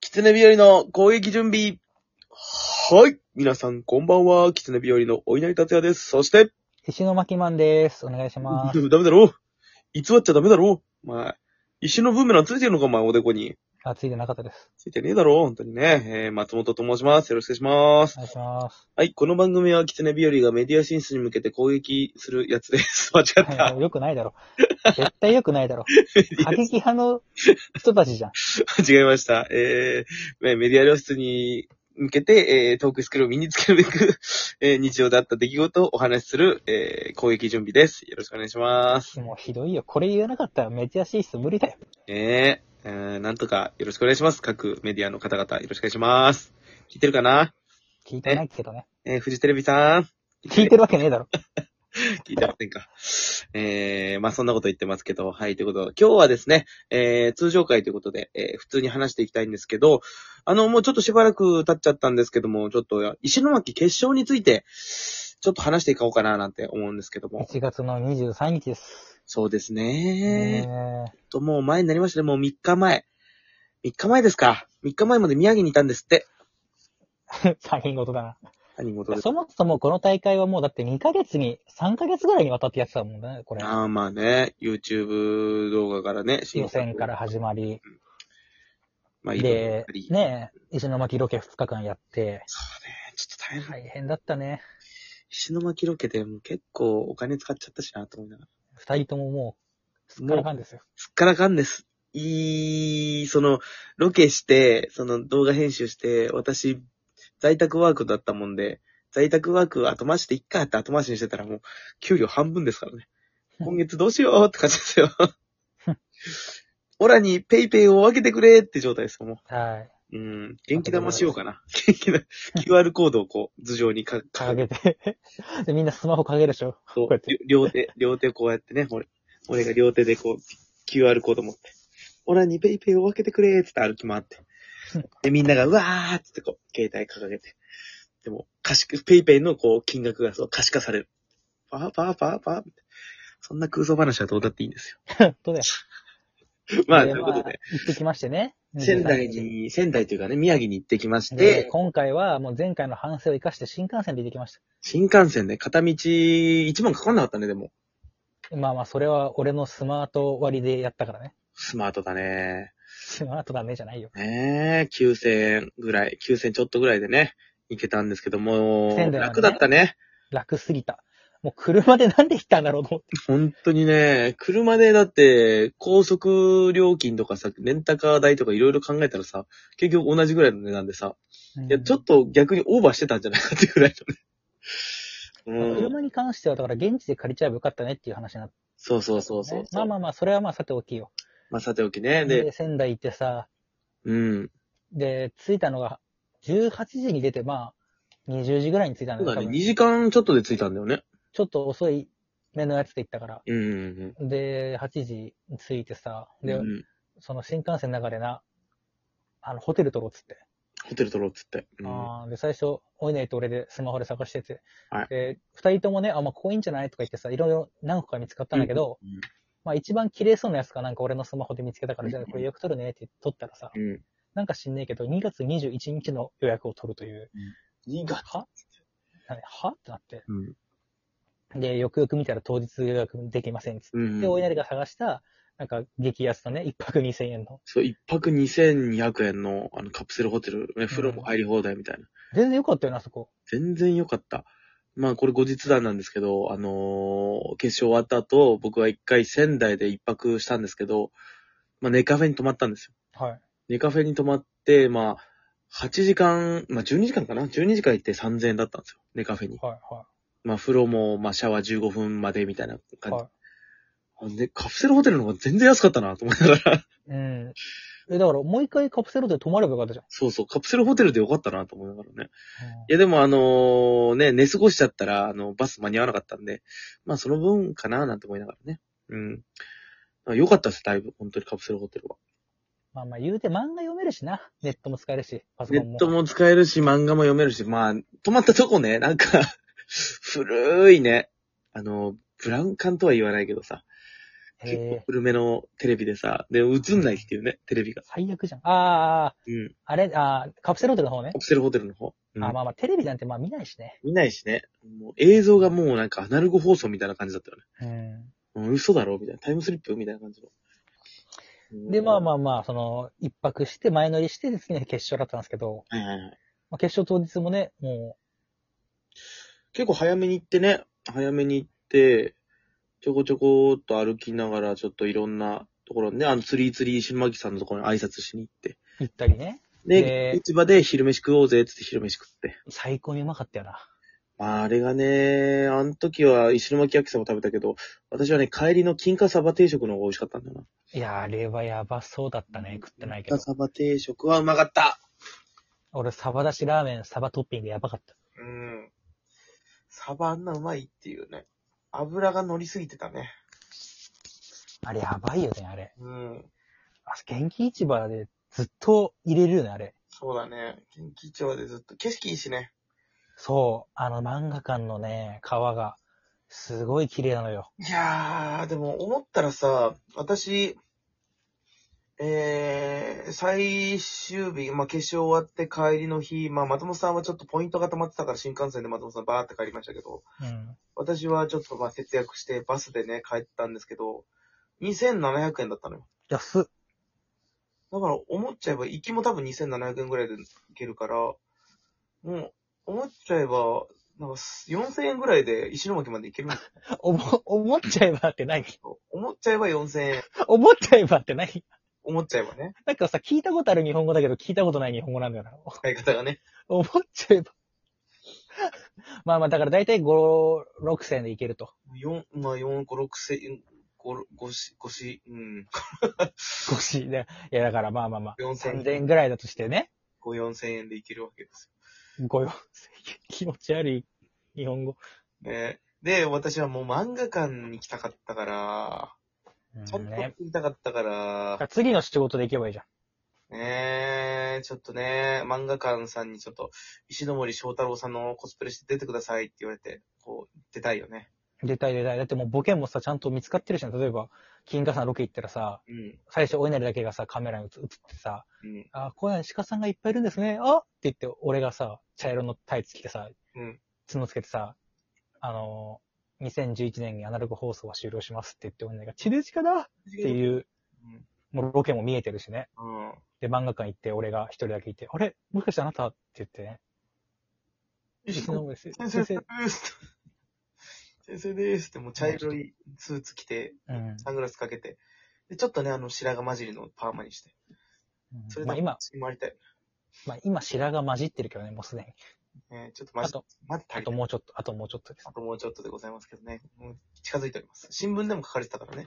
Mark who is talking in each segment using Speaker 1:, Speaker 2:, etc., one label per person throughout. Speaker 1: つね日和の攻撃準備。はい。皆さん、こんばんは。きつね日和のお稲荷達也です。そして、
Speaker 2: 石巻マンです。お願いしま
Speaker 1: ダ
Speaker 2: す。
Speaker 1: メだろ偽っちゃダメだろお前。石のブーメランついてるのか、お前、おでこに。
Speaker 2: あ、ついてなかったです。
Speaker 1: ついてねえだろ本当にね。えー、松本と申します。よろしくお願いします
Speaker 2: お。願いします。
Speaker 1: はい、この番組は、キツネ日和がメディア進出に向けて攻撃するやつです。 間違っ
Speaker 2: はい
Speaker 1: た。
Speaker 2: もう良くないだろ。絶対良くない だろ。過激派の人たちじゃん。
Speaker 1: 間違えました。えーねメディア露出に向けて、えートークスキルを身につけるべく、 えー日常であった出来事をお話しする、えー攻撃準備です。よろしくお願いします。
Speaker 2: もうひどいよ。これ言わなかったらめちゃ進出無理だよ。
Speaker 1: えーえーなんとかよろしくお願いします。各メディアの方々、よろしくお願いします。聞いてるかな
Speaker 2: 聞いてないけどね。
Speaker 1: えーフジテレビさん。
Speaker 2: 聞いてるわけねえだろ。
Speaker 1: 聞いてませんか。えー、まあ、そんなこと言ってますけど、はい、ということで、今日はですね、えー、通常会ということで、えー、普通に話していきたいんですけど、あの、もうちょっとしばらく経っちゃったんですけども、ちょっと、石巻決勝について、ちょっと話していこうかななんて思うんですけども。
Speaker 2: 1月の23日です。
Speaker 1: そうです
Speaker 2: え
Speaker 1: ね。
Speaker 2: ー、
Speaker 1: と、もう前になりましたね、もう3日前。3日前ですか。3日前まで宮城にいたんですって。
Speaker 2: 他人事だな。
Speaker 1: 何事です
Speaker 2: そもそもこの大会はもうだって2ヶ月に、3ヶ月ぐらいにわたってやってたもんね、これ。
Speaker 1: ああ、まあね、YouTube 動画からね、
Speaker 2: 予選から。始まり。
Speaker 1: まあ、いろいろあ
Speaker 2: で
Speaker 1: り、
Speaker 2: ねえ、石巻ロケ2日間やって、
Speaker 1: ちょっと大変
Speaker 2: 大変だったね。
Speaker 1: 石巻ロケでもう結構お金使っちゃったしなと思いながら。
Speaker 2: 二人とももう、すっからかんですよ。
Speaker 1: すっからかんです。いい、その、ロケして、その動画編集して、私、在宅ワークだったもんで、在宅ワーク後回しでいっかって後回しにしてたらもう、給料半分ですからね。今月どうしようって感じです よ。オラにペイペイを分けてくれって状態ですよ、も
Speaker 2: はい。
Speaker 1: う。うん。元気玉しようかな。 元気玉、QR コードをこう、頭上にか、か
Speaker 2: 掲げて。 で、みんなスマホ掲げるで しょ。
Speaker 1: そう
Speaker 2: こうやって
Speaker 1: りょ両手、両手こうやってね、俺、俺が両手でこう、QR コード持って、オラにペイペイを分けてくれーっつって歩き回 って
Speaker 2: うん。
Speaker 1: で、みんながうわーっつってこう、携帯掲げて。でも、可視化、ペイペイのこう、金額がそう可視化される。パーパーパーパーみたいなそんな空想話はどうだっていいんです
Speaker 2: 本当だよ。
Speaker 1: よ。まあ、と
Speaker 2: で
Speaker 1: いうことで、。
Speaker 2: 行ってきましてね。
Speaker 1: 仙台
Speaker 2: 23日。
Speaker 1: に、仙台というかね、宮城に行ってきまして、
Speaker 2: で、今回はもう前回の反省を生かして新幹線で行ってきまし
Speaker 1: 新幹線で片道1万かかんなかったね、でも。
Speaker 2: た。まあまあ、それは俺のスマート割でやったからね。
Speaker 1: スマートだね
Speaker 2: スマートだねじゃないよ。
Speaker 1: ねえ、9000円ぐらい、9000ちょっとぐらいでね、行けたんですけども、
Speaker 2: 仙台までね
Speaker 1: 楽だったね。
Speaker 2: 楽すぎた。もう車でなんで行ったんだろうと思って。
Speaker 1: 本当にね、車でだって、高速料金とかさ、レンタカー代とかいろいろ考えたらさ、結局同じぐらいの値段でさ、いや、ちょっと逆にオーバーしてたんじゃないかっていうぐらいのね。 うん。
Speaker 2: 車に関しては、だから現地で借りちゃえばよかったねっていう話になって、
Speaker 1: そうそうそうそう。
Speaker 2: まあまあまあ、それはまあさておきよ。
Speaker 1: まあ、さておきね。で、
Speaker 2: で、仙台行ってさ、
Speaker 1: うん。
Speaker 2: で、着いたのが、18時に出て、まあ、20時ぐらいに着いた
Speaker 1: そ
Speaker 2: の
Speaker 1: う
Speaker 2: よ、
Speaker 1: だ
Speaker 2: 多
Speaker 1: ね。
Speaker 2: 分
Speaker 1: 2時間ちょっとで着いたんだよね。
Speaker 2: ちょっと遅い目のやつで行ったから。
Speaker 1: うんうん
Speaker 2: で、8時に着いてさ、
Speaker 1: うん。
Speaker 2: で、
Speaker 1: うん
Speaker 2: その新幹線の中でな、あの、ホテル取ろうっつって。
Speaker 1: ホテル取ろうっつって。うん
Speaker 2: あーで、最初、おいねいと俺でスマホで探してて。
Speaker 1: はい
Speaker 2: で、二人ともね、あ、まあ、ここいいんじゃないとか言ってさ、いろいろ何個か見つかったんだけど、
Speaker 1: うん
Speaker 2: まあ、一番綺麗そうなやつかなんか俺のスマホで見つけたから、じゃあこれ予約取るねって取ったらさ、
Speaker 1: うん。
Speaker 2: なんか知んねえけど、2月21日の予約を取るという。
Speaker 1: 2月。
Speaker 2: はなんではってなって。
Speaker 1: うん。
Speaker 2: で、よくよく見たら当日予約できませんっつって。
Speaker 1: うん
Speaker 2: で、お稲荷が探した、なんか激安のね、一泊二千円の。
Speaker 1: そう、一泊2200円の、あの、カプセルホテル、ね、風呂も
Speaker 2: うん
Speaker 1: 入り放題みたいな。
Speaker 2: 全然良かったよな、そこ。
Speaker 1: 全然良かった。まあ、これ後日談なんですけど、あのー決勝終わった後、僕は一回仙台で一泊したんですけど、まあ、ネカフェに泊まったんですよ。
Speaker 2: はい。
Speaker 1: ネカフェに泊まって、まあ、8時間、まあ、12時間かな ?12 時間行って3000円だったんですよ。ネカフェに。
Speaker 2: はい、は
Speaker 1: まあ、風呂も、まあ、シャワー15分までみたいな感
Speaker 2: い。
Speaker 1: じ。
Speaker 2: は
Speaker 1: あで、カプセルホテルの方が全然安かったなと思いながら。
Speaker 2: い。うん。え、だから、もう一回カプセルで泊まればよかったじ
Speaker 1: そうそう、カプセルホテルでよかったなと思いながらね。
Speaker 2: ゃん。
Speaker 1: いや、でもあのね、寝過ごしちゃったら、あの、バス間に合わなかったんで、まあその分かななんて思いながらね。うん。あ良かったです、だいぶ。本当にカプセルホテルは。
Speaker 2: まあまあ、言うて漫画読めるしな。ネットも使えるし、パソ
Speaker 1: ネ
Speaker 2: コンも。
Speaker 1: ットも使えるし、漫画も読めるし、まあ、泊まったとこね、なんか 、古いね。あの、ブラウン管とは言わないけどさ、
Speaker 2: へえ、
Speaker 1: 古めのテレビでさ、で、映んないっていうね、テレビが。
Speaker 2: 最悪じゃん。ああ、
Speaker 1: うん。
Speaker 2: あれ、あーカプセルホテルの方ね
Speaker 1: カ。プセルホテルの方。うん
Speaker 2: あまあまあ、テレビなんてまあ見ないしね。
Speaker 1: 見ないしね。もう映像がもうなんかアナログ放送みたいな感じだったよね。
Speaker 2: うん。
Speaker 1: うん、嘘だろみたいな。タイムスリップみたいな感じの。うん
Speaker 2: で、まあまあまあ、その、一泊して、前乗りして、次の日決勝だったんですけど、
Speaker 1: はいはいはい。
Speaker 2: まあ、決勝当日もね、も
Speaker 1: 結構早めに行ってね、早めに行って、ちょこちょこっと歩きながら、ちょっといろんなところにね、あの、釣り釣り新巻さんのところに挨拶しに行って。
Speaker 2: う、行ったりね、
Speaker 1: で、
Speaker 2: で
Speaker 1: 市場で昼飯食おうぜってって昼飯食って。
Speaker 2: 最高にうまかったよな。
Speaker 1: まあ、あれがね、あの時は石巻焼きそば食べたけど、私はね、帰りの金華サバ定食の方が美味しかったんだよな。
Speaker 2: いや、あれはやばそうだったね。食ってないけど
Speaker 1: 金。華サバ定食はうまかった
Speaker 2: 俺、サバだしラーメン、サバトッピングやばかった。
Speaker 1: うん。サバあんなうまいっていうね。油が乗りすぎてたね。
Speaker 2: あれやばいよね、あれ。
Speaker 1: うん。
Speaker 2: あ、元気市場でずっと入れるよね、あれ。
Speaker 1: そうだね。近畿町でずっと、景色いいしね。
Speaker 2: そう、あの漫画館のね、川が、すごい綺麗なのよ。
Speaker 1: いやー、でも思ったらさ、私、えー、最終日、まあ、決勝終わって帰りの日、まあ、松本さんはちょっとポイントが溜まってたから新幹線で松本さんバーって帰りましたけど、
Speaker 2: うん。
Speaker 1: 私はちょっとまあ、節約してバスでね、帰ったんですけど、2700円だったのよ。
Speaker 2: 安っ。
Speaker 1: だから思っちゃえば、行きも多分2700円ぐらいで行けるから、もう、思っちゃえば、なんか4000円ぐらいで石巻まで行けるんです
Speaker 2: おも、思っちゃえばってない
Speaker 1: けど、思っちゃえば4000円、
Speaker 2: 思っちゃえばってない
Speaker 1: 思っちゃえばね、
Speaker 2: なんかさ、聞いたことある日本語だけど、聞いたことない日本語なんだよ な。
Speaker 1: 使い方がね。
Speaker 2: 思っちゃえば。まあまあ、だから大体5、6000でいけると。
Speaker 1: 4、まあ4、5、6、千、5、5、5、うん、
Speaker 2: 少し。でいや、だからまあまあまあ。3000
Speaker 1: 4000円、
Speaker 2: 円ぐらいだとしてね。
Speaker 1: 5、4000円で行けるわけです
Speaker 2: ごよ、気持ち悪い日本語。
Speaker 1: よ。ね、で、私はもう漫画館に来たかったから、ちゃ
Speaker 2: うんん
Speaker 1: と
Speaker 2: ね。
Speaker 1: 行きたかったから、
Speaker 2: 次の仕事で行けばいいじゃん。
Speaker 1: ねえ、ちょっとね、漫画館さんにちょっと、石ノ森章太郎さんのコスプレして出てくださいって言われて、こう、出たいよね。
Speaker 2: 出たい出たい。だってもうボケもさ、ちゃんと見つかってるじゃん。例えば、金華山ロケ行ったらさ、
Speaker 1: うん。
Speaker 2: 最初お稲荷だけがさ、カメラに映映ってさ、
Speaker 1: うん。
Speaker 2: あ、こうや鹿さんがいっぱいいるんですね。あって言って、俺がさ、茶色のタイツ着てさ、
Speaker 1: うん。
Speaker 2: 角つけてさ、あのー2011年にアナログ放送は終了しますって言って、お稲荷が、地デジかだって
Speaker 1: う。
Speaker 2: いう、
Speaker 1: ん。
Speaker 2: もうロケも見えてるしね。
Speaker 1: うん。
Speaker 2: で、漫画館行って、俺が一人だけいて、あれもしかしてあなたって言ってね。
Speaker 1: 石
Speaker 2: 石
Speaker 1: ノ
Speaker 2: 森先
Speaker 1: 森
Speaker 2: 生
Speaker 1: 先生でーす。先生でーすって、もう茶色いスーツ着て、
Speaker 2: うん
Speaker 1: サングラスかけて、で、ちょっとね、あの、白髪混じりのパーマにして。それ
Speaker 2: まあ
Speaker 1: で、
Speaker 2: 今、、
Speaker 1: 回りたい。
Speaker 2: まあ今白が混じってるけどね、もうすでに。
Speaker 1: ね、ちょっとま
Speaker 2: あ
Speaker 1: じ、
Speaker 2: と、
Speaker 1: まだ足
Speaker 2: あ
Speaker 1: り
Speaker 2: と
Speaker 1: ない。
Speaker 2: もうちょっと、あともうちょっとです
Speaker 1: あ。ともうちょっとでございますけどね。もう近づいております。新聞でも書かれてたからね。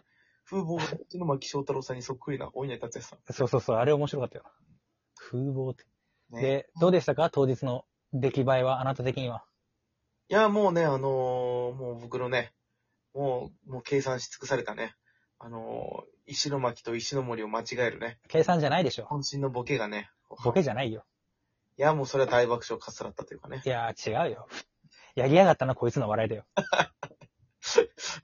Speaker 1: 風貌が、うちの牧翔太郎さんにそっくりな、大稲荷達也さん。
Speaker 2: そうそうそう、あれ面白かったよな。風貌って。
Speaker 1: ね、
Speaker 2: で、どうでしたか当日の出来栄えは、あなた的には。
Speaker 1: いや、もうね、あのーもう僕のね、もう、もう計算し尽くされたね。あのー石巻と石森を間違えるね。
Speaker 2: 計算じゃないでしょ。
Speaker 1: 渾身のボケがね。
Speaker 2: ボケじゃないよ。
Speaker 1: いや、もうそれは大爆笑かっさらったというかね。
Speaker 2: いやー、違うよ。やりやがったな、こいつの笑いだよ。
Speaker 1: あー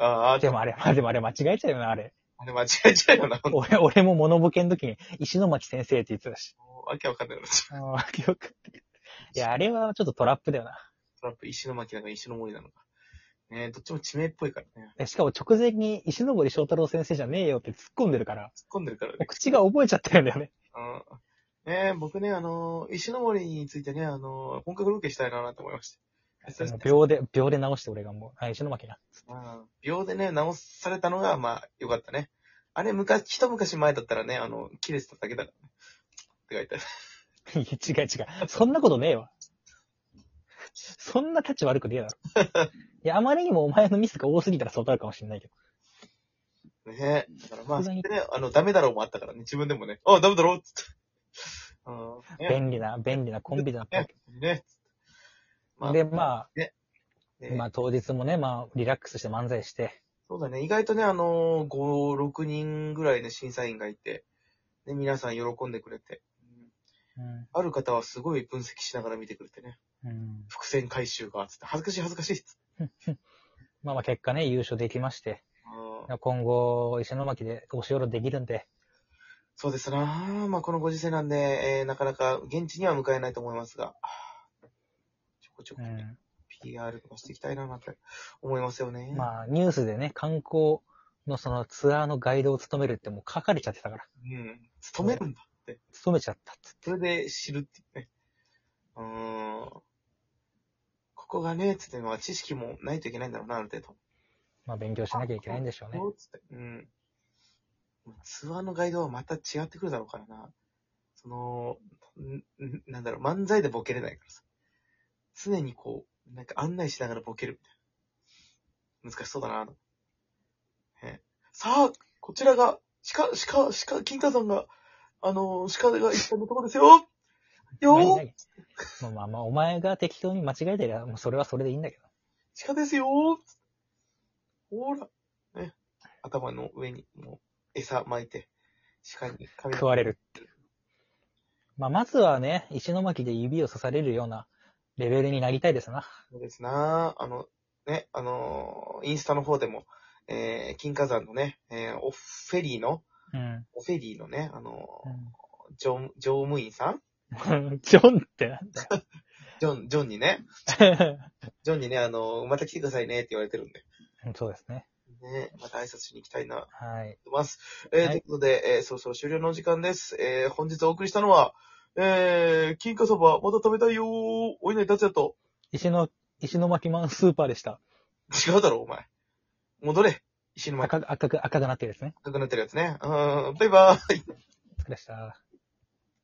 Speaker 1: あー、
Speaker 2: でもあれ、でもあれ間違えちゃうよな、あれ。
Speaker 1: あれ間違えちゃうよな。ほんと
Speaker 2: 俺、俺もモノボケの時に、石巻先生って言ってたし。
Speaker 1: わけわかんないな。
Speaker 2: ああ、 よく。いや、あれはちょっとトラップだよな。
Speaker 1: トラップ石巻なのか石森なのか。ねどっちも地名っぽいからね。
Speaker 2: えしかも直前に石森章太郎先生じゃねえよって突っ込んでるから、
Speaker 1: 突っ込んでるからね
Speaker 2: もう。口が覚えちゃってるんだ よね。
Speaker 1: うんねえ、僕ね、あのー、石森についてね、あのー、本格ロケしたいなと思いました。
Speaker 2: もう秒で、秒で直して俺がもう、あ、石巻な。
Speaker 1: うん秒でね、直されたのが、まあ、よかったね。あれ、昔、一昔前だったらね、あの、切れてただけだからね。って書いてある。
Speaker 2: いや 違う違う。そんなことねえわ。そんな立ち悪くねえだろ。 いや、あまりにもお前のミスが多すぎたらそうなるかもしれないけど。
Speaker 1: ねえ。だからまあ、そ
Speaker 2: さ
Speaker 1: れ
Speaker 2: すがに
Speaker 1: でね、あの、ダメだろうもあったからね、自分でもね、あ、ダメだろうっつって。うん。ね
Speaker 2: 便利な、便利なコンビだったわけ。
Speaker 1: ね。まあ、
Speaker 2: で、ま
Speaker 1: ね
Speaker 2: あ、まあ当日もね、まあ、リラックスして漫才して。
Speaker 1: そうだね。意外とね、あのー、5、6人ぐらいね、審査員がいて、で、皆さん喜んでくれて、うん
Speaker 2: うん。
Speaker 1: ある方はすごい分析しながら見てくれてね、
Speaker 2: うん。
Speaker 1: 伏線回収が、つって、恥ずかしい恥ずかしいっつって。
Speaker 2: まあまあ結果ね、優勝できまして。
Speaker 1: うん
Speaker 2: 今後、石巻でお塩できるんで、
Speaker 1: そうですなまあ、このご時世なんで、えー、なかなか現地には向かえないと思いますが、ちょこちょこ
Speaker 2: う
Speaker 1: ね、
Speaker 2: ん。
Speaker 1: PR とかしていきたいななんて思いますよね。
Speaker 2: まあ、ニュースでね、観光のそのツアーのガイドを務めるってもう書かれちゃってたから、
Speaker 1: うん。勤めるんだ。
Speaker 2: 務めちゃったっつって。
Speaker 1: それで知るっていうね。うーん。ここがね、つってのは知識もないといけないんだろうな、ある程度。
Speaker 2: まあ、勉強しなきゃいけないんでしょうね。
Speaker 1: そうつって。うん。ツアーのガイドはまた違ってくるだろうからな。その、んんなんだろう、漫才でボケれないからさ。常にこう、なんか案内しながらボケるみたいな。難しそうだな。ね、さあ、こちらが、鹿、鹿、鹿、金華山が、あの、鹿が一本のとこですよよ
Speaker 2: 何
Speaker 1: ー
Speaker 2: 何まあまあまあ、お前が適当に間違えてりゃ、もうそれはそれでいいんだけど。
Speaker 1: 鹿ですよーほら、ね、頭の上にもう餌巻いて、鹿に噛み
Speaker 2: 食われるっていう。まあ、まずはね、石巻で指を刺されるようなレベルになりたいですな。
Speaker 1: そうですなあの、ね、あのーインスタの方でも、えー、金華山のね、えー、オフェリーの、
Speaker 2: うん。
Speaker 1: オフェリーのね、あのー乗乗務員さん
Speaker 2: ジョンってなんだ
Speaker 1: ジョン、ジョンにね、
Speaker 2: よ。
Speaker 1: ジョンにね、あのーまた来てくださいねって言われてるんで。
Speaker 2: うんそうですね。
Speaker 1: ね、また挨拶しに行きたいな
Speaker 2: は
Speaker 1: 思っ
Speaker 2: い。
Speaker 1: てます。えー
Speaker 2: はい
Speaker 1: ということで、えーそろそろ終了のお時間です。えー本日お送りしたのは、えー金華そば、また食べたいよー、お稲荷達也と。
Speaker 2: 石の、石巻マンスーパーでした。
Speaker 1: 違うだろ、お前。戻れ。石巻
Speaker 2: 赤く、赤く、赤くなってるですね。
Speaker 1: 赤くなってるやつね。うん、バイバーイ。
Speaker 2: お疲れ様でした。